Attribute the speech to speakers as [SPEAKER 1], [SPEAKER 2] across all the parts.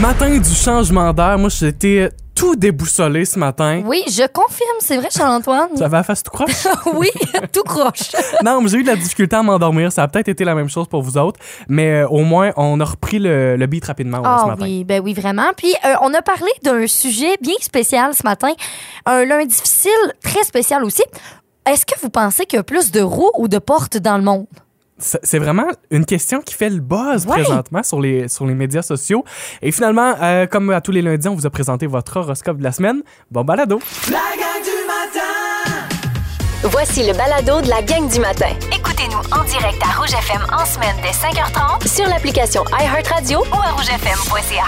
[SPEAKER 1] Matin du changement d'air, moi j'étais tout déboussolé ce matin.
[SPEAKER 2] Oui, je confirme, c'est vrai, Charles-Antoine.
[SPEAKER 1] Tu avais la face tout croche?
[SPEAKER 2] oui, tout croche.
[SPEAKER 1] non, mais j'ai eu de la difficulté à m'endormir. Ça a peut-être été la même chose pour vous autres, mais euh, au moins, on a repris le, le beat rapidement ouais, ce
[SPEAKER 2] Ah
[SPEAKER 1] matin.
[SPEAKER 2] oui, ben oui, vraiment. Puis, euh, on a parlé d'un sujet bien spécial ce matin. Un lundi difficile, très spécial aussi. Est-ce que vous pensez qu'il y a plus de roues ou de portes dans le monde?
[SPEAKER 1] C'est c'est vraiment une question qui fait le buzz
[SPEAKER 2] Ouais.
[SPEAKER 1] présentement sur les, sur les médias sociaux. Et finalement, euh, comme à tous les lundis, on vous a présenté votre horoscope de la semaine. Bon balado!
[SPEAKER 3] La gang du matin
[SPEAKER 4] Voici le balado de la gang du matin. Écoutez-nous en direct à Rouge FM en semaine dès 5h30 sur l'application iHeartRadio ou à rougefm.ca.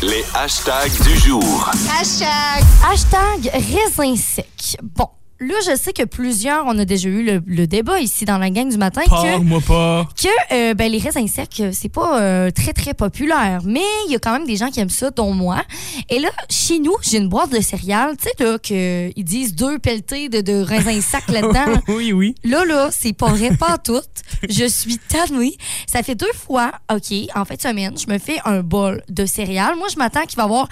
[SPEAKER 5] Les hashtags du jour.
[SPEAKER 2] Hashtag raisin sec. Bon, là, je sais que plusieurs, on a déjà eu le, le débat ici dans la gang du matin que,
[SPEAKER 1] moi pas!
[SPEAKER 2] que euh, ben, les raisins secs, euh, c'est pas euh, très, très populaire. Mais il y a quand même des gens qui aiment ça, dont moi. Et là, chez nous, j'ai une boîte de céréales, tu sais, là, qu'ils disent deux pelletées de, de raisins secs là-dedans.
[SPEAKER 1] oui, oui.
[SPEAKER 2] Là, là, c'est pas vrai, pas en tout. Je suis tannée. Ça fait deux fois, OK, en fin de semaine, je me fais un bol de céréales. Moi, je m'attends qu'il va y avoir,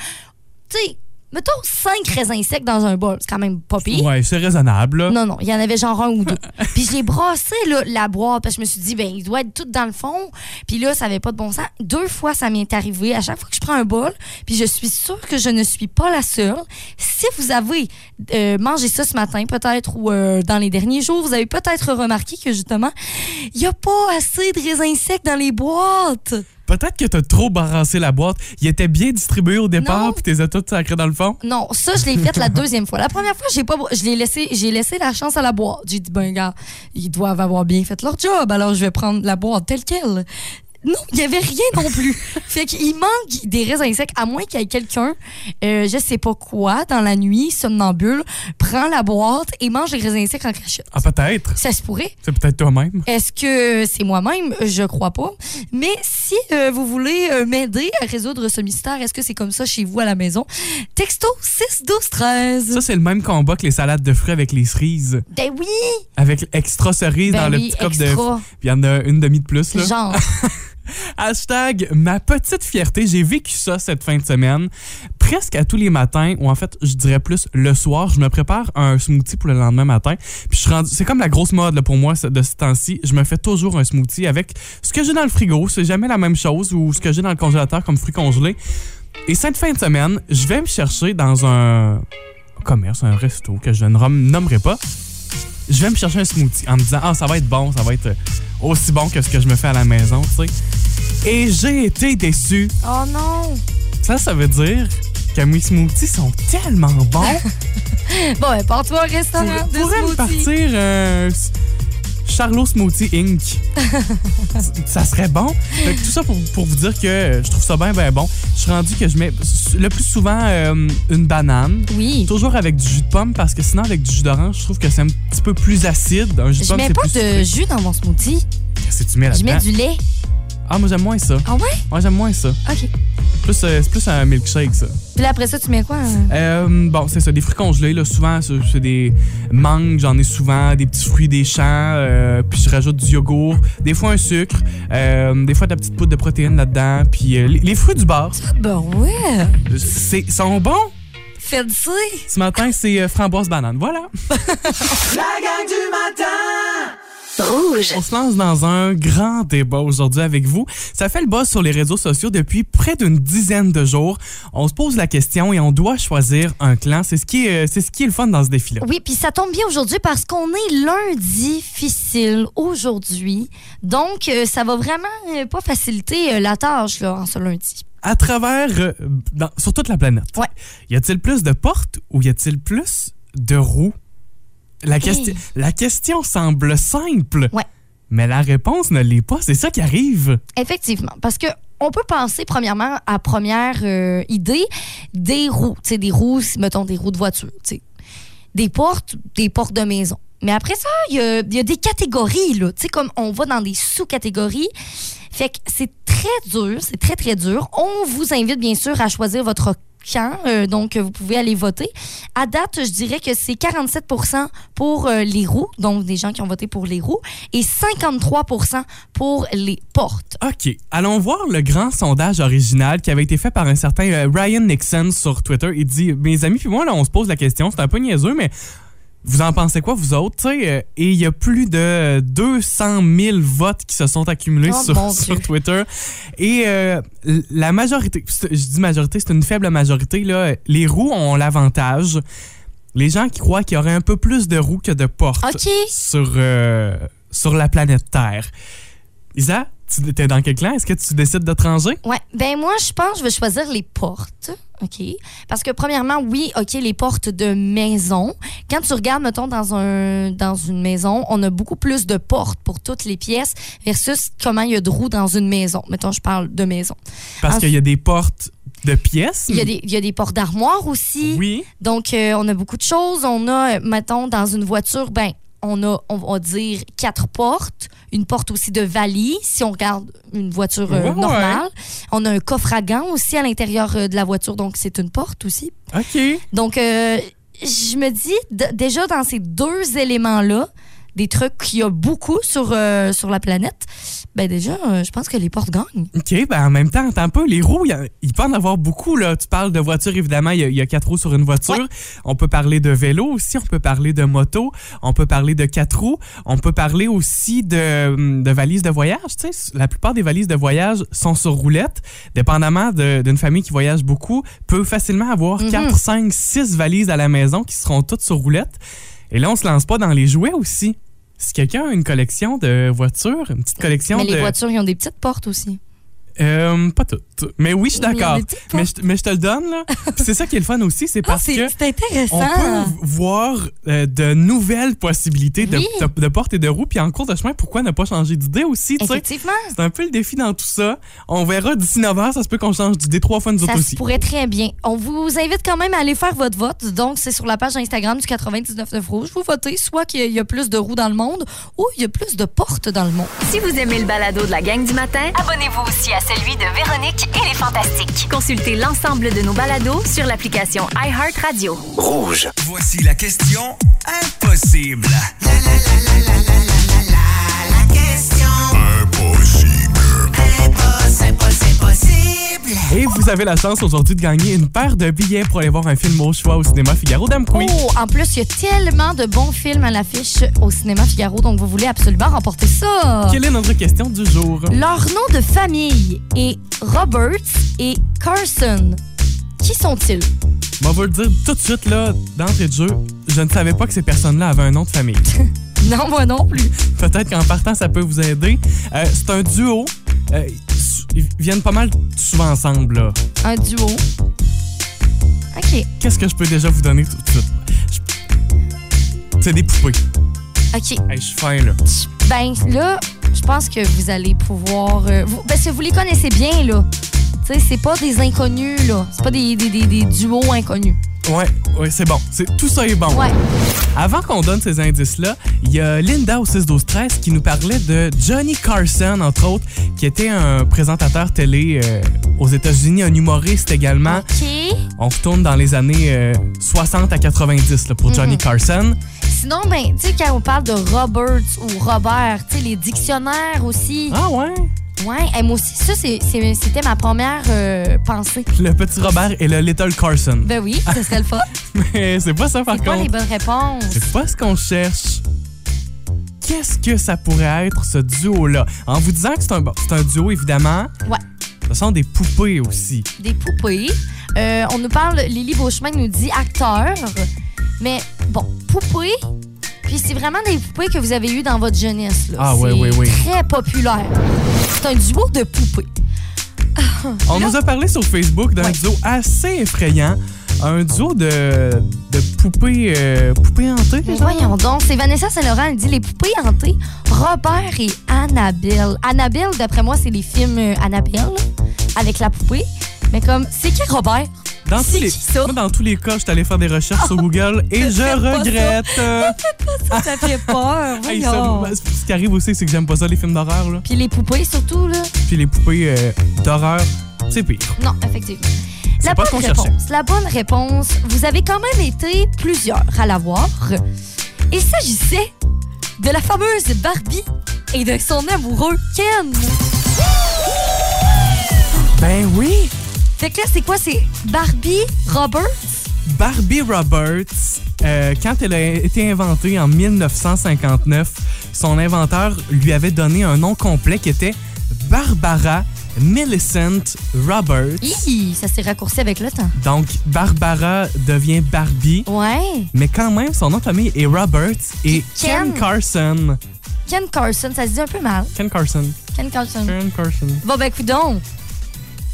[SPEAKER 2] tu sais, mettons cinq raisins secs dans un bol. C'est quand même pas pire.
[SPEAKER 6] Ouais, c'est raisonnable. là.
[SPEAKER 2] Non, non, il y en avait genre un ou deux. Puis je l'ai brassé, là, la boîte, parce que je me suis dit, ben, il doit être tout dans le fond. Puis là, ça avait pas de bon sens. Deux fois, ça m'est arrivé. À chaque fois que je prends un bol, puis je suis sûre que je ne suis pas la seule. Si vous avez euh, mangé ça ce matin, peut-être, ou euh, dans les derniers jours, vous avez peut-être remarqué que, justement, il n'y a pas assez de raisins secs dans les boîtes.
[SPEAKER 6] Peut-être que t'as trop balancé la boîte. Il était bien distribué au
[SPEAKER 2] Non.
[SPEAKER 6] départ, puis t'es tout sacré dans le fond.
[SPEAKER 2] Non, ça, je l'ai fait la deuxième fois. La première fois, j'ai pas, bo- je l'ai laissé, j'ai laissé la chance à la boîte. J'ai dit, ben, gars, ils doivent avoir bien fait leur job, alors je vais prendre la boîte telle qu'elle. Non, il y avait rien non plus. fait qu'il manque des raisins secs, à moins qu'il y ait quelqu'un, euh, je sais pas quoi, dans la nuit, somnambule, prend la boîte et mange les raisins secs en cachette.
[SPEAKER 6] Ah, peut-être.
[SPEAKER 2] Ça se pourrait.
[SPEAKER 6] C'est peut-être toi-même.
[SPEAKER 2] Est-ce que euh, c'est moi-même? Je crois pas. Mais si euh, vous voulez euh, m'aider à résoudre ce mystère, est-ce que c'est comme ça chez vous à la maison? Texto 6 12 13.
[SPEAKER 6] Ça, c'est le même combat que les salades de fruits avec les cerises.
[SPEAKER 2] Ben oui!
[SPEAKER 6] Avec extra cerise
[SPEAKER 2] Ben
[SPEAKER 6] dans
[SPEAKER 2] oui,
[SPEAKER 6] le petit coffre de.
[SPEAKER 2] extra.
[SPEAKER 6] Puis il y en a une demi de plus, là.
[SPEAKER 2] Genre,
[SPEAKER 6] Hashtag ma petite fierté. J'ai vécu ça cette fin de semaine. Presque à tous les matins, ou en fait, je dirais plus le soir, je me prépare un smoothie pour le lendemain matin. Puis je suis rendu- C'est comme la grosse mode là, pour moi ça, de ce temps-ci. Je me fais toujours un smoothie avec ce que j'ai dans le frigo. C'est jamais la même chose ou ce que j'ai dans le congélateur comme fruits congelés. Et cette fin de semaine, je vais me chercher dans un commerce, un resto que je ne rom- nommerai pas. Je vais me chercher un smoothie en me disant Ah, ça va être bon, ça va être euh, aussi bon que ce que je me fais à la maison, tu sais. Et j'ai été déçu.
[SPEAKER 2] oh non!
[SPEAKER 6] Ça, ça veut dire que mes smoothies sont tellement bons.
[SPEAKER 2] Bon, ben, porte-toi au restaurant
[SPEAKER 6] Pour-
[SPEAKER 2] de
[SPEAKER 6] pourrait me
[SPEAKER 2] smoothie.
[SPEAKER 6] partir euh, s- Charlot Smoothie Inc. ça serait bon. Fait que tout ça pour, pour vous dire que euh, je trouve ça bien, bien bon. Je suis rendu que je mets s- le plus souvent euh, une banane.
[SPEAKER 2] Oui.
[SPEAKER 6] Toujours avec du jus de pomme parce que sinon, avec du jus d'orange, je trouve que c'est un petit peu plus acide. Un jus de
[SPEAKER 2] Je
[SPEAKER 6] pomme,
[SPEAKER 2] mets
[SPEAKER 6] c'est
[SPEAKER 2] pas
[SPEAKER 6] plus
[SPEAKER 2] de jus dans mon smoothie.
[SPEAKER 6] Qu'est-ce que tu mets
[SPEAKER 2] Je mets
[SPEAKER 6] là-dedans?
[SPEAKER 2] du lait.
[SPEAKER 6] Ah, moi, j'aime moins ça.
[SPEAKER 2] Ah ouais?
[SPEAKER 6] Moi, j'aime moins ça.
[SPEAKER 2] OK.
[SPEAKER 6] Plus, euh, c'est plus un milkshake, ça.
[SPEAKER 2] Puis là, après ça, tu mets quoi? hein?
[SPEAKER 6] Euh, bon, c'est ça, des fruits congelés, là, souvent, c'est c'est des mangues, j'en ai souvent, des petits fruits des champs, euh, puis je rajoute du yogourt, des fois un sucre, euh, des fois de la petite poudre de protéines là-dedans, puis euh, les, les fruits du bar,
[SPEAKER 2] Ah, ben ouais!
[SPEAKER 6] c'est sont bons.
[SPEAKER 2] Faites ça!
[SPEAKER 6] Ce matin, c'est euh, framboise banane, voilà.
[SPEAKER 3] La gang du matin
[SPEAKER 6] On se lance dans un grand débat aujourd'hui avec vous. Ça fait le buzz sur les réseaux sociaux depuis près d'une dizaine de jours. On se pose la question et on doit choisir un clan. C'est ce qui est, euh, c'est ce qui est le fun dans ce défi-là.
[SPEAKER 2] Oui, puis ça tombe bien aujourd'hui parce qu'on est lundi difficile aujourd'hui. Donc, euh, ça va vraiment euh, pas faciliter euh, la tâche là, en ce lundi.
[SPEAKER 6] à travers, euh, dans- sur toute la planète.
[SPEAKER 2] Ouais.
[SPEAKER 6] Y a-t-il plus de portes ou y a-t-il plus de roues? La, question-
[SPEAKER 2] Hey.
[SPEAKER 6] la question semble simple.
[SPEAKER 2] Ouais.
[SPEAKER 6] Mais la réponse ne l'est pas. C'est ça qui arrive.
[SPEAKER 2] Effectivement, parce que on peut penser premièrement à première euh, idée des roues, tu sais des roues, mettons des roues de voiture, tu sais. des portes, des portes de maison. Mais après ça, il y a, il y a des catégories là, tu sais comme on va dans des sous-catégories. Fait que c'est très dur, c'est très très dur. On vous invite bien sûr à choisir votre camps, euh, donc euh, vous pouvez aller voter. À date, je dirais que c'est 47 pour euh, les roues, donc des gens qui ont voté pour les roues, et 53 pour les portes.
[SPEAKER 6] OK. Allons voir le grand sondage original qui avait été fait par un certain euh, Ryan Nixon sur Twitter. Il dit Mes amis, puis moi, là, on se pose la question. C'est un peu niaiseux, mais vous en pensez quoi, vous autres Tu sais, euh, Et il y a plus de euh, 200 000 votes qui se sont accumulés
[SPEAKER 2] Oh, mon
[SPEAKER 6] sur, sur
[SPEAKER 2] Dieu.
[SPEAKER 6] Twitter. Et euh, l- la majorité, c'est- je dis majorité, c'est une faible majorité, là. Les roues ont l'avantage. Les gens qui croient qu'il y aurait un peu plus de roues que de portes
[SPEAKER 2] OK.
[SPEAKER 6] sur, euh, sur la planète Terre. Isa, tu t'es dans quel clan? Est-ce que tu décides de te ranger?
[SPEAKER 2] Ouais, ben moi je pense que je vais choisir les portes. OK. Parce que premièrement, oui, OK, les portes de maison. Quand tu regardes mettons dans un dans une maison, on a beaucoup plus de portes pour toutes les pièces versus comment il y a de roues dans une maison. Mettons je parle de maison.
[SPEAKER 6] Parce
[SPEAKER 2] Ah,
[SPEAKER 6] qu'il y a des portes de pièces.
[SPEAKER 2] Il y a des il y a des portes d'armoire aussi.
[SPEAKER 6] Oui.
[SPEAKER 2] Donc, euh, on a beaucoup de choses. On a, euh, mettons, dans une voiture, ben, on a, on va dire, quatre portes. Une porte aussi de valise, si on regarde une voiture euh,
[SPEAKER 6] Ouais, ouais.
[SPEAKER 2] normale. On a un coffre à gants aussi à l'intérieur euh, de la voiture, donc c'est une porte aussi.
[SPEAKER 6] OK.
[SPEAKER 2] Donc, euh, je me dis, d- déjà dans ces deux éléments-là, des trucs qu'il y a beaucoup sur, euh, sur la planète, ben déjà, euh, je pense que les portes gagnent.
[SPEAKER 6] OK, ben en même temps, attends un peu. Les roues, il y a- il peut en avoir beaucoup. Là. Tu parles de voitures, évidemment, il y, a- il y a quatre roues sur une voiture. On peut parler de vélo aussi, on peut parler de moto, on peut parler de quatre roues, on peut parler aussi de, hum, de valises de voyage. tu sais. la plupart des valises de voyage sont sur roulette. Dépendamment de- d'une famille qui voyage beaucoup, peut facilement avoir
[SPEAKER 2] Mhm.
[SPEAKER 6] quatre, cinq, six valises à la maison qui seront toutes sur roulette. Et là, on se lance pas dans les jouets aussi. Si quelqu'un a une collection de voitures, une petite collection
[SPEAKER 2] Mais les
[SPEAKER 6] de...
[SPEAKER 2] voitures, ils ont des petites portes aussi.
[SPEAKER 6] Euh, pas toutes. Mais oui, je suis
[SPEAKER 2] Mais il y en
[SPEAKER 6] d'accord.
[SPEAKER 2] a des petites
[SPEAKER 6] Mais, je- mais je te le donne, là. Puis c'est ça qui est le fun aussi, c'est
[SPEAKER 2] Ah,
[SPEAKER 6] parce
[SPEAKER 2] c'est
[SPEAKER 6] que
[SPEAKER 2] c'est
[SPEAKER 6] on
[SPEAKER 2] intéressant!
[SPEAKER 6] peut voir euh, de nouvelles possibilités de,
[SPEAKER 2] Oui.
[SPEAKER 6] de- de portes et de roues. Puis en cours de chemin, pourquoi ne pas changer d'idée aussi, tu sais?
[SPEAKER 2] Effectivement!
[SPEAKER 6] C'est un peu le défi dans tout ça. On verra d'ici 9 heures, ça se peut qu'on change d'idée trois fois nous
[SPEAKER 2] Ça
[SPEAKER 6] autres
[SPEAKER 2] se
[SPEAKER 6] aussi.
[SPEAKER 2] pourrait très bien. On vous invite quand même à aller faire votre vote. Donc, c'est sur la page Instagram du 99.9 Rouge. Vous votez soit qu'il y a plus de roues dans le monde ou il y a plus de portes dans le monde.
[SPEAKER 4] Si vous aimez le balado de la gang du matin, abonnez-vous aussi à celui de Véronique et les Fantastiques. Consultez l'ensemble de nos balados sur l'application iHeartRadio.
[SPEAKER 5] Rouge.
[SPEAKER 7] Voici la question impossible.
[SPEAKER 6] Et vous avez la chance aujourd'hui de gagner une paire de billets pour aller voir un film au choix au cinéma Figaro Dame Queen.
[SPEAKER 2] Oh, en plus, il y a tellement de bons films à l'affiche au cinéma Figaro. Donc, vous voulez absolument remporter ça.
[SPEAKER 6] Quelle est notre question du jour?
[SPEAKER 2] Leur nom de famille est Roberts et Carson. Qui sont-ils?
[SPEAKER 6] Bon, on va le dire tout de suite, là, d'entrée de jeu, je ne savais pas que ces personnes-là avaient un nom de famille.
[SPEAKER 2] Non, moi non plus.
[SPEAKER 6] Peut-être qu'en partant, ça peut vous aider. Euh, c'est un duo. Euh, ils sou- ils viennent pas mal souvent ensemble. là.
[SPEAKER 2] Un duo. OK.
[SPEAKER 6] Qu'est-ce que je peux déjà vous donner tout de suite? Je- C'est des poupées.
[SPEAKER 2] OK.
[SPEAKER 6] Hey, je suis fin, là.
[SPEAKER 2] Ben là, je pense que vous allez pouvoir. euh, vous- parce que vous les connaissez bien, là. Tu sais, c'est pas des inconnus, là. C'est pas des, des, des- des duos inconnus.
[SPEAKER 6] Ouais, ouais, c'est bon. C'est, tout ça est bon.
[SPEAKER 2] Ouais.
[SPEAKER 6] Avant qu'on donne ces indices-là, il y a Linda au 6-12-13 qui nous parlait de Johnny Carson, entre autres, qui était un présentateur télé euh, aux États-Unis, un humoriste également.
[SPEAKER 2] OK.
[SPEAKER 6] On retourne dans les années euh, 60 à 90 là, pour Johnny Carson.
[SPEAKER 2] Sinon, ben, tu sais, quand on parle de Roberts ou Robert, tu sais, les dictionnaires aussi.
[SPEAKER 6] Ah ouais?
[SPEAKER 2] Ouais, eh, moi aussi, ça, c'est- c'est- c'était ma première euh, pensée.
[SPEAKER 6] Le petit Robert et le Little Carson.
[SPEAKER 2] Ben oui, ce serait le fun.
[SPEAKER 6] Mais c'est pas ça, par
[SPEAKER 2] Ben- C'est quoi les
[SPEAKER 6] contre.
[SPEAKER 2] bonnes réponses?
[SPEAKER 6] C'est pas ce qu'on cherche. Qu'est-ce que ça pourrait être, ce duo-là? En vous disant que c'est un, bon, c'est un duo, évidemment.
[SPEAKER 2] Ouais.
[SPEAKER 6] Ce sont des poupées aussi.
[SPEAKER 2] des poupées. Euh, on nous parle, Lily Beauchemin nous dit acteur, mais bon, poupée. Puis c'est vraiment des poupées que vous avez eues dans votre jeunesse. Là.
[SPEAKER 6] Ah,
[SPEAKER 2] c'est
[SPEAKER 6] oui, oui, oui.
[SPEAKER 2] très populaire. C'est un duo de poupées.
[SPEAKER 6] On nous a parlé sur Facebook d'un
[SPEAKER 2] Ouais.
[SPEAKER 6] duo assez effrayant. Un duo de, de poupées, euh, poupées hantées,
[SPEAKER 2] Mais
[SPEAKER 6] genre?
[SPEAKER 2] voyons donc, c'est Vanessa Saint-Laurent, elle dit les poupées hantées, Robert et Annabelle. Annabelle, d'après moi, c'est les films euh, Annabelle, avec la poupée. Mais comme, c'est qui Robert?
[SPEAKER 6] Dans tous
[SPEAKER 2] C'est
[SPEAKER 6] les,
[SPEAKER 2] qui ça? Oh,
[SPEAKER 6] moi, dans tous les cas, je suis allé faire des recherches sur Google et je
[SPEAKER 2] pas ça.
[SPEAKER 6] regrette. euh,
[SPEAKER 2] Ça fait peur,
[SPEAKER 6] hey, ça, ce qui arrive aussi, c'est que j'aime pas ça, les films d'horreur. là.
[SPEAKER 2] Puis les poupées, surtout, là.
[SPEAKER 6] Puis les poupées euh, d'horreur, c'est pire.
[SPEAKER 2] Non, effectivement. La
[SPEAKER 6] pas
[SPEAKER 2] bonne
[SPEAKER 6] ce qu'on
[SPEAKER 2] réponse.
[SPEAKER 6] cherchait.
[SPEAKER 2] La bonne réponse. Vous avez quand même été plusieurs à l'avoir. Il s'agissait de la fameuse Barbie et de son amoureux Ken.
[SPEAKER 6] Ben oui!
[SPEAKER 2] Fait que là, c'est quoi? C'est Barbie Roberts?
[SPEAKER 6] Barbie Roberts, euh, quand elle a été inventée en 1959, son inventeur lui avait donné un nom complet qui était Barbara Millicent Roberts.
[SPEAKER 2] Hi, ça s'est raccourci avec le temps.
[SPEAKER 6] Donc, Barbara devient Barbie.
[SPEAKER 2] Ouais.
[SPEAKER 6] Mais quand même, son nom de famille est Roberts et Ken,
[SPEAKER 2] Ken.
[SPEAKER 6] Carson.
[SPEAKER 2] Ken Carson, ça se dit un peu mal.
[SPEAKER 6] Ken Carson.
[SPEAKER 2] Ken Carson.
[SPEAKER 6] Ken Carson.
[SPEAKER 2] Bon, ben, coudon.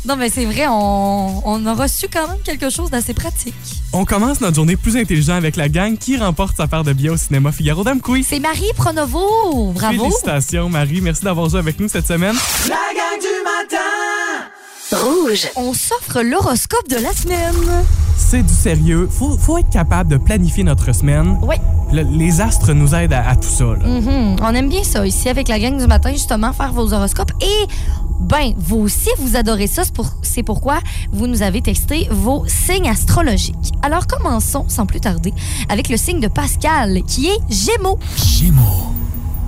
[SPEAKER 2] Non, mais c'est vrai, on, on a reçu quand même quelque chose d'assez pratique.
[SPEAKER 6] On commence notre journée plus intelligent avec la gang qui remporte sa part de billets au cinéma Figaro Damkoui.
[SPEAKER 2] C'est Marie Pronovo. Bravo.
[SPEAKER 6] Félicitations, Marie. Merci d'avoir joué avec nous cette semaine.
[SPEAKER 3] La gang du matin
[SPEAKER 4] Rouge.
[SPEAKER 2] On s'offre l'horoscope de la semaine.
[SPEAKER 6] C'est du sérieux. Faut, faut être capable de planifier notre semaine.
[SPEAKER 2] Oui.
[SPEAKER 6] Le- les astres nous aident à, à tout ça. là.
[SPEAKER 2] Mhm. On aime bien ça ici avec la gang du matin, justement, faire vos horoscopes. Et, ben, vous aussi, vous adorez ça. C'est pour- C'est pourquoi vous nous avez texté vos signes astrologiques. Alors, commençons sans plus tarder avec le signe de Pascal, qui est Gémeaux.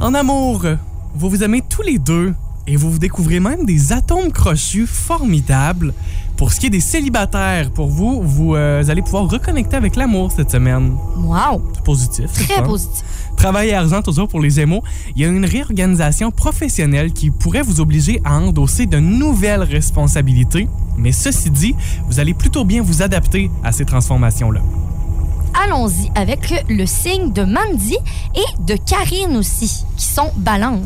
[SPEAKER 6] En amour, vous vous aimez tous les deux et vous vous découvrez même des atomes crochus formidables. Pour ce qui est des célibataires, pour vous, vous euh, allez pouvoir reconnecter avec l'amour cette semaine.
[SPEAKER 2] Wow!
[SPEAKER 6] C'est positif. c'est
[SPEAKER 2] Très
[SPEAKER 6] fun.
[SPEAKER 2] positif.
[SPEAKER 6] Travail et argent toujours pour les émaux. Il y a une réorganisation professionnelle qui pourrait vous obliger à endosser de nouvelles responsabilités. Mais ceci dit, vous allez plutôt bien vous adapter à ces transformations-là.
[SPEAKER 2] Allons-y avec le signe de Mandy et de Karine aussi, qui sont balance.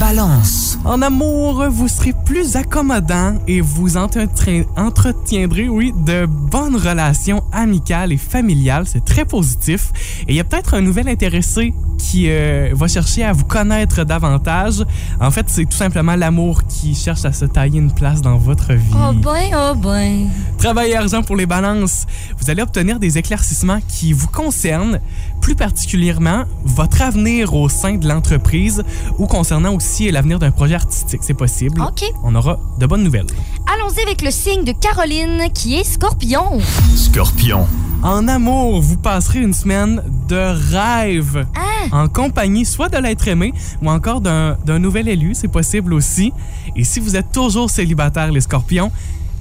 [SPEAKER 7] Balance.
[SPEAKER 6] En amour, vous serez plus accommodant et vous entretien- entretiendrez, oui, de bonnes relations amicales et familiales. C'est très positif. Et il y a peut-être un nouvel intéressé qui euh, va chercher à vous connaître davantage. En fait, c'est tout simplement l'amour qui cherche à se tailler une place dans votre vie.
[SPEAKER 2] Oh ben, oh ben.
[SPEAKER 6] Travail et argent pour les balances. Vous allez obtenir des éclaircissements qui vous concernent, plus particulièrement votre avenir au sein de l'entreprise ou concernant aussi l'avenir d'un projet artistique. C'est possible.
[SPEAKER 2] OK.
[SPEAKER 6] On aura de bonnes nouvelles.
[SPEAKER 2] Allons-y avec le signe de Caroline, qui est Scorpion.
[SPEAKER 5] Scorpion.
[SPEAKER 6] En amour, vous passerez une semaine de rêve en compagnie soit de l'être aimé ou encore d'un d'un nouvel élu. C'est possible aussi. Et si vous êtes toujours célibataire, les scorpions,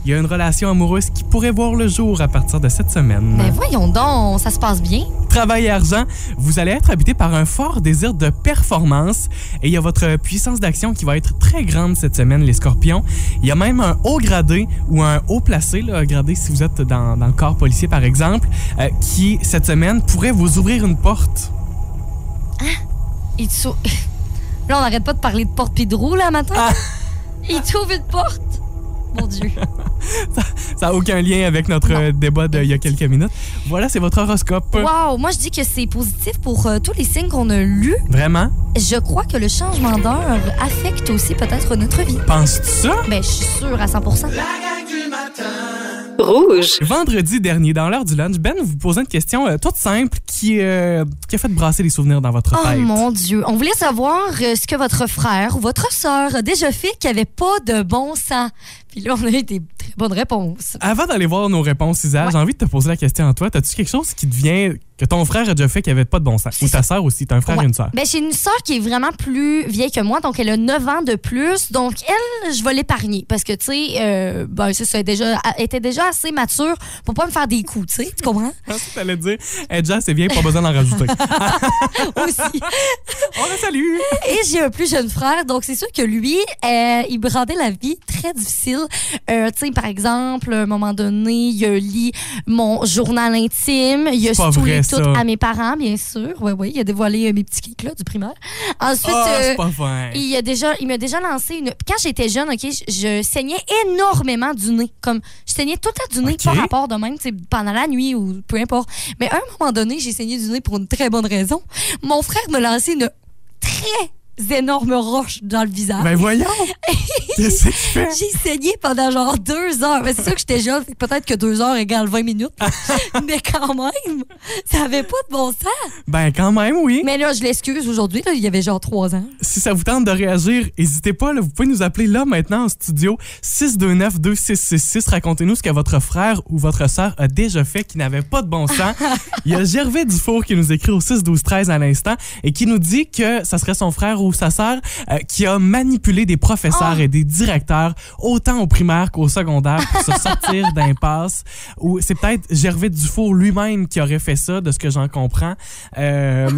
[SPEAKER 6] il y a une relation amoureuse qui pourrait voir le jour à partir de cette semaine.
[SPEAKER 2] Ben voyons donc, ça se passe bien.
[SPEAKER 6] travail et argent, vous allez être habité par un fort désir de performance et il y a votre puissance d'action qui va être très grande cette semaine, les scorpions. Il y a même un haut gradé ou un haut placé, là, gradé si vous êtes dans, dans le corps policier par exemple, euh, qui cette semaine pourrait vous ouvrir une porte.
[SPEAKER 2] Il te sou- Là, on n'arrête pas de parler de porte pis de roue, là, matin. Il t'ouvre une porte. Mon Dieu.
[SPEAKER 6] Ça n'a aucun lien avec notre euh, débat d'il y a quelques minutes. Voilà, c'est votre horoscope.
[SPEAKER 2] Wow, moi, je dis que c'est positif pour euh, tous les signes qu'on a lus.
[SPEAKER 6] Vraiment?
[SPEAKER 2] Je crois que le changement d'heure affecte aussi peut-être notre vie.
[SPEAKER 6] Penses-tu ça?
[SPEAKER 2] Ben, je suis sûre à 100
[SPEAKER 3] La gang du matin
[SPEAKER 4] Rouge.
[SPEAKER 6] Vendredi dernier, dans l'heure du lunch, Ben vous posait une question euh, toute simple qui, euh, qui a fait brasser les souvenirs dans votre
[SPEAKER 2] Oh
[SPEAKER 6] tête.
[SPEAKER 2] mon Dieu. On voulait savoir euh, ce que votre frère ou votre sœur a déjà fait qui avait pas de bon sens. Puis là, on a eu des très bonnes réponses.
[SPEAKER 6] Avant d'aller voir nos réponses, Isa, j'ai envie de te poser la question à toi. T'as-tu quelque chose qui te vient que ton frère a déjà fait qui avait pas de bon sens? Ou ta sœur aussi, t'as un frère
[SPEAKER 2] Ouais.
[SPEAKER 6] et une sœur.
[SPEAKER 2] Ben, j'ai une sœur qui est vraiment plus vieille que moi, donc elle a 9 ans de plus. Donc, elle, je vais l'épargner parce que, tu sais, euh, ben, c'est ça, elle, est déjà, elle était déjà assez mature pour pas me faire des coups, tu sais, tu comprends?
[SPEAKER 6] Ensuite, t'allais dire, hey, déjà, c'est bien, pas besoin d'en rajouter.
[SPEAKER 2] Aussi.
[SPEAKER 6] On la salue!
[SPEAKER 2] Et j'ai un plus jeune frère, donc c'est sûr que lui, euh, il me rendait la vie très difficile. Euh, tu sais, par exemple, à un moment donné, il a lu mon journal intime, il a
[SPEAKER 6] C'est pas vrai,
[SPEAKER 2] stoulé tout
[SPEAKER 6] ça.
[SPEAKER 2] à mes parents, bien sûr. Oui, oui, il a dévoilé euh, mes petits kicks là, du primaire. Ensuite,
[SPEAKER 6] Ah,
[SPEAKER 2] euh,
[SPEAKER 6] c'est pas fin.
[SPEAKER 2] il a déjà, il m'a déjà lancé une. Quand j'étais jeune, ok, je, je saignais énormément du nez. Comme je saignais tout le temps du nez,
[SPEAKER 6] Ok.
[SPEAKER 2] par rapport de même, tu sais, pendant la nuit ou peu importe. Mais à un moment donné, j'ai saigné du nez pour une très bonne raison. Mon frère me lançait une très énormes roches dans le visage.
[SPEAKER 6] Ben voyons! Qu'est-ce que tu fais?
[SPEAKER 2] J'ai saigné pendant genre deux heures. Mais C'est sûr que j'étais jeune, fait que peut-être que deux heures égale 20 minutes. mais quand même, ça avait pas de bon sens.
[SPEAKER 6] Ben quand même, oui.
[SPEAKER 2] Mais là, je l'excuse aujourd'hui, là, il y avait genre trois ans.
[SPEAKER 6] Si ça vous tente de réagir, n'hésitez pas, là, vous pouvez nous appeler là maintenant en studio 629-2666. Racontez-nous ce que votre frère ou votre sœur a déjà fait qui n'avait pas de bon sens. Il y a Gervais Dufour qui nous écrit au 612-13 à l'instant et qui nous dit que ça serait son frère ou sa sœur euh, qui a manipulé des professeurs et des directeurs autant au primaire qu'au secondaire pour se sortir d'impasse. Ou c'est peut-être Gervais Dufour lui-même qui aurait fait ça, de ce que j'en comprends. Euh,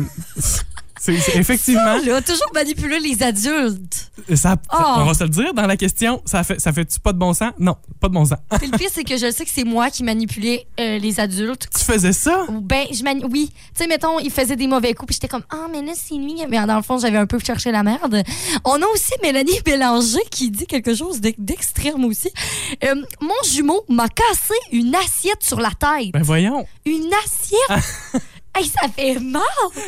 [SPEAKER 6] c'est- c'est- effectivement.
[SPEAKER 2] Ah, là, toujours manipuler les adultes.
[SPEAKER 6] Ça,
[SPEAKER 2] Ah.
[SPEAKER 6] On va se le dire dans la question. Ça fait, ça fait-tu pas de bon sens? Non, pas de bon sens. Ah,
[SPEAKER 2] Puis le pire, c'est que je sais que c'est moi qui manipulais euh, les adultes.
[SPEAKER 6] tu faisais ça?
[SPEAKER 2] Ou Ben, je mani- oui. Tu sais, mettons, il faisait des mauvais coups, puis j'étais comme, ah, mais là, c'est lui. Mais dans le fond, j'avais un peu cherché la merde. On a aussi Mélanie Bélanger qui dit quelque chose d'e- d'extrême aussi. Euh, mon jumeau m'a cassé une assiette sur la tête.
[SPEAKER 6] Ben voyons.
[SPEAKER 2] Une assiette! hey, ça fait mal!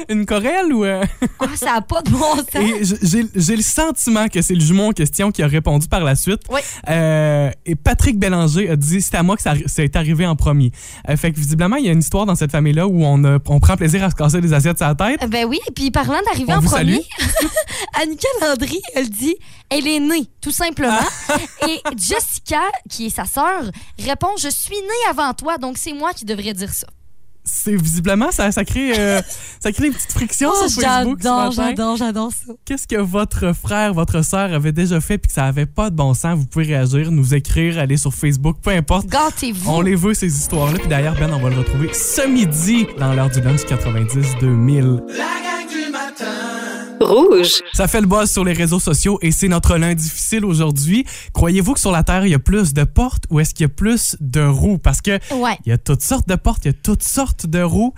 [SPEAKER 6] Une chorelle ou. euh,
[SPEAKER 2] Ah, ça a pas de bon sens.
[SPEAKER 6] Et j- j'ai j'ai le sentiment que c'est le jumeau en question qui a répondu par la suite.
[SPEAKER 2] Oui.
[SPEAKER 6] Euh, et Patrick Bélanger a dit c'est à moi que ça c'est arrivé en premier. Euh, fait que visiblement, il y a une histoire dans cette famille-là où on, a- on prend plaisir à se casser des assiettes sur la tête.
[SPEAKER 2] Ben oui, et puis parlant d'arriver
[SPEAKER 6] On
[SPEAKER 2] en
[SPEAKER 6] vous
[SPEAKER 2] premier, Annika Landry, elle dit elle est née, tout simplement.
[SPEAKER 6] Ah.
[SPEAKER 2] et Jessica, qui est sa sœur, répond Je suis née avant toi, donc c'est moi qui devrais dire ça.
[SPEAKER 6] C'est visiblement, ça, ça crée euh, ça crée des petites frictions
[SPEAKER 2] Oh,
[SPEAKER 6] sur Facebook. ce
[SPEAKER 2] j'adore,
[SPEAKER 6] matin.
[SPEAKER 2] j'adore, j'adore ça.
[SPEAKER 6] Qu'est-ce que votre frère, votre sœur avait déjà fait puis que ça avait pas de bon sens? Vous pouvez réagir, nous écrire, aller sur Facebook, peu importe.
[SPEAKER 2] Gâtez-vous.
[SPEAKER 6] On les veut, ces histoires-là. Puis d'ailleurs, Ben, on va le retrouver ce midi dans l'heure du lunch 90-2000.
[SPEAKER 3] La gang du matin.
[SPEAKER 6] Ça fait le buzz sur les réseaux sociaux et c'est notre lundi difficile aujourd'hui. Croyez-vous que sur la Terre, il y a plus de portes ou est-ce qu'il y a plus de roues? Parce que
[SPEAKER 2] Ouais.
[SPEAKER 6] il y a toutes sortes de portes, il y a toutes sortes de roues.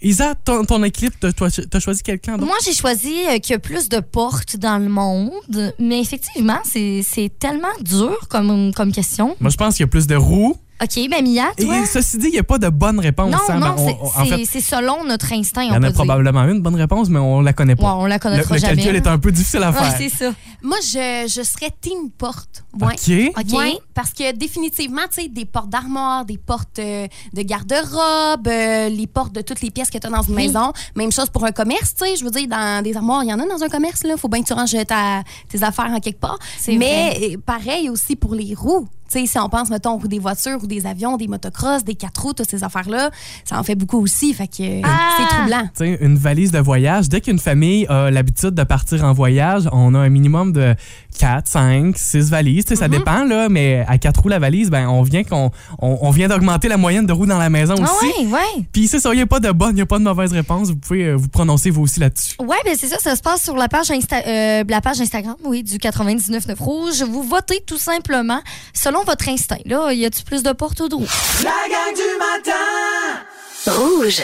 [SPEAKER 6] Isa, ton, ton éclipse, t'as- t'as t'as choisi quelqu'un d'autre?
[SPEAKER 2] Moi, j'ai choisi euh, qu'il y a plus de portes dans le monde, mais effectivement, c'est c'est tellement dur comme, comme question.
[SPEAKER 6] Moi, je pense qu'il y a plus de roues.
[SPEAKER 2] OK, ben Mia,
[SPEAKER 6] Et
[SPEAKER 2] toi?
[SPEAKER 6] ceci dit, il n'y a pas de bonne réponse.
[SPEAKER 2] non,
[SPEAKER 6] hein.
[SPEAKER 2] non,
[SPEAKER 6] Ben, on-
[SPEAKER 2] c'est-
[SPEAKER 6] on- en fait,
[SPEAKER 2] c'est c'est selon notre instinct,
[SPEAKER 6] Il y
[SPEAKER 2] on
[SPEAKER 6] en
[SPEAKER 2] peut
[SPEAKER 6] a
[SPEAKER 2] dire.
[SPEAKER 6] probablement une bonne réponse, mais on la connaît
[SPEAKER 2] Ouais,
[SPEAKER 6] pas.
[SPEAKER 2] on la
[SPEAKER 6] le,
[SPEAKER 2] connaîtra
[SPEAKER 6] le
[SPEAKER 2] jamais.
[SPEAKER 6] calcul est un peu difficile à
[SPEAKER 2] Ouais,
[SPEAKER 6] faire.
[SPEAKER 2] c'est ça.
[SPEAKER 8] Moi, je, je serais team porte. Ouais.
[SPEAKER 6] OK.
[SPEAKER 2] OK.
[SPEAKER 8] Ouais, parce que définitivement, tu sais, des portes d'armoire, des portes euh, de garde-robe, euh, les portes de toutes les pièces que tu as dans une maison. Même chose pour un commerce, tu sais. Je veux dire, dans des armoires, il y en a dans un commerce, là. Faut bien que tu ranges ta- tes affaires en quelque part.
[SPEAKER 2] C'est
[SPEAKER 8] Mais euh, pareil aussi pour les roues. Tu sais, si on pense, mettons, aux roues des voitures, ou des avions, des motocross, des quatre roues, toutes ces affaires-là, ça en fait beaucoup aussi. Fait que euh,
[SPEAKER 2] Ah!
[SPEAKER 8] c'est troublant.
[SPEAKER 6] Tu sais, une valise de voyage. Dès qu'une famille a l'habitude de partir en voyage, on a un minimum de 4, 5, 6 valises. Tu sais,
[SPEAKER 2] Mm-hmm.
[SPEAKER 6] Ça dépend, là, mais à 4 roues la valise, ben, on vient qu'on on, on vient d'augmenter la moyenne de roues dans la maison
[SPEAKER 2] Ah
[SPEAKER 6] aussi.
[SPEAKER 2] ouais, ouais.
[SPEAKER 6] Puis c'est ça, il n'y a pas de bonne, il n'y a pas de mauvaise réponse. Vous pouvez euh, vous prononcer vous aussi là-dessus.
[SPEAKER 2] Ouais, ben c'est ça, ça se passe sur la page, Insta- euh, la page Instagram, oui, du 99.9 Rouge. Vous votez tout simplement selon votre instinct. Là, y a-tu plus de portes ou de roues?
[SPEAKER 3] La gang du matin.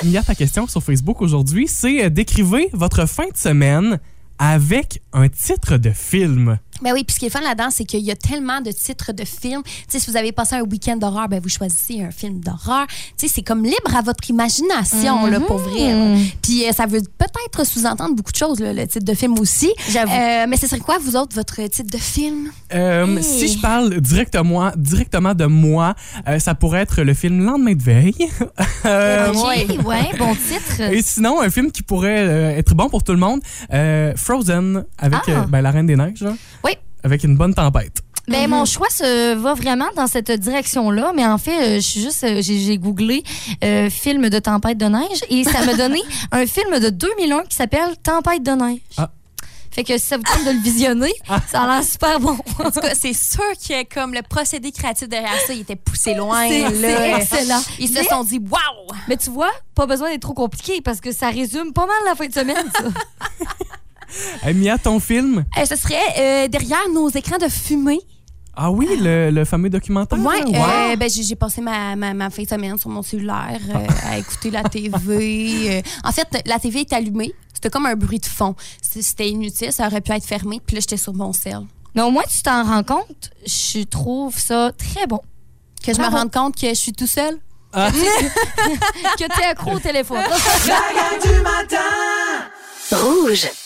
[SPEAKER 6] Mia, ta question sur Facebook aujourd'hui, c'est euh, décrivez votre fin de semaine avec un titre de film.
[SPEAKER 8] Ben oui, puis ce qui est fun là-dedans, c'est qu'il y a tellement de titres de films. Tu sais, si vous avez passé un week-end d'horreur, ben vous choisissez un film d'horreur. Tu sais, c'est comme libre à votre imagination, là, pour vrai. là. Puis euh, ça veut peut-être sous-entendre beaucoup de choses, là, le titre de film aussi.
[SPEAKER 2] J'avoue.
[SPEAKER 8] Euh, mais ce serait quoi, vous autres, votre titre de film?
[SPEAKER 6] Euh,
[SPEAKER 2] Hey.
[SPEAKER 6] Si je parle directement, directement de moi, euh, ça pourrait être le film Lendemain de veille. Euh,
[SPEAKER 2] OK, ouais, bon titre.
[SPEAKER 6] Et sinon, un film qui pourrait euh, être bon pour tout le monde, euh, Frozen, avec
[SPEAKER 2] Ah.
[SPEAKER 6] euh, ben, la Reine des Neiges. là.
[SPEAKER 2] Oui.
[SPEAKER 6] Avec une bonne tempête.
[SPEAKER 2] Ben, mon choix se va vraiment dans cette direction-là, mais en fait, euh, je suis juste, euh, j'ai j'ai googlé euh, film de tempête de neige et ça m'a donné un film de 2001 qui s'appelle Tempête de neige.
[SPEAKER 6] Ah.
[SPEAKER 2] Fait que si ça vous tente de le visionner, ça a l'air super bon.
[SPEAKER 8] En tout cas, c'est sûr que comme le procédé créatif derrière ça, il était poussé loin.
[SPEAKER 2] C'est- c'est excellent.
[SPEAKER 8] Ils se
[SPEAKER 2] Mais-
[SPEAKER 8] sont dit, waouh!
[SPEAKER 2] Mais tu vois, pas besoin d'être trop compliqué parce que ça résume pas mal la fin de semaine, ça.
[SPEAKER 6] Euh, Mia, ton film?
[SPEAKER 8] Euh, ce serait euh, derrière nos écrans de fumée.
[SPEAKER 6] Ah oui, le, le fameux documentaire.
[SPEAKER 8] Ouais,
[SPEAKER 6] là?
[SPEAKER 8] euh, ben, j'ai j'ai passé ma, ma, ma fin de semaine sur mon cellulaire euh, à écouter la TV. euh. en fait, la TV est allumée. C'était comme un bruit de fond. C- C'était inutile, ça aurait pu être fermé. Puis là, j'étais sur mon cell.
[SPEAKER 2] Mais au moins, tu t'en rends compte. Je trouve ça très bon.
[SPEAKER 8] Que je
[SPEAKER 2] Bravo.
[SPEAKER 8] me rende compte que je suis tout seul.
[SPEAKER 2] Que t'es accro au téléphone.
[SPEAKER 3] La gang du matin.
[SPEAKER 4] Rouge.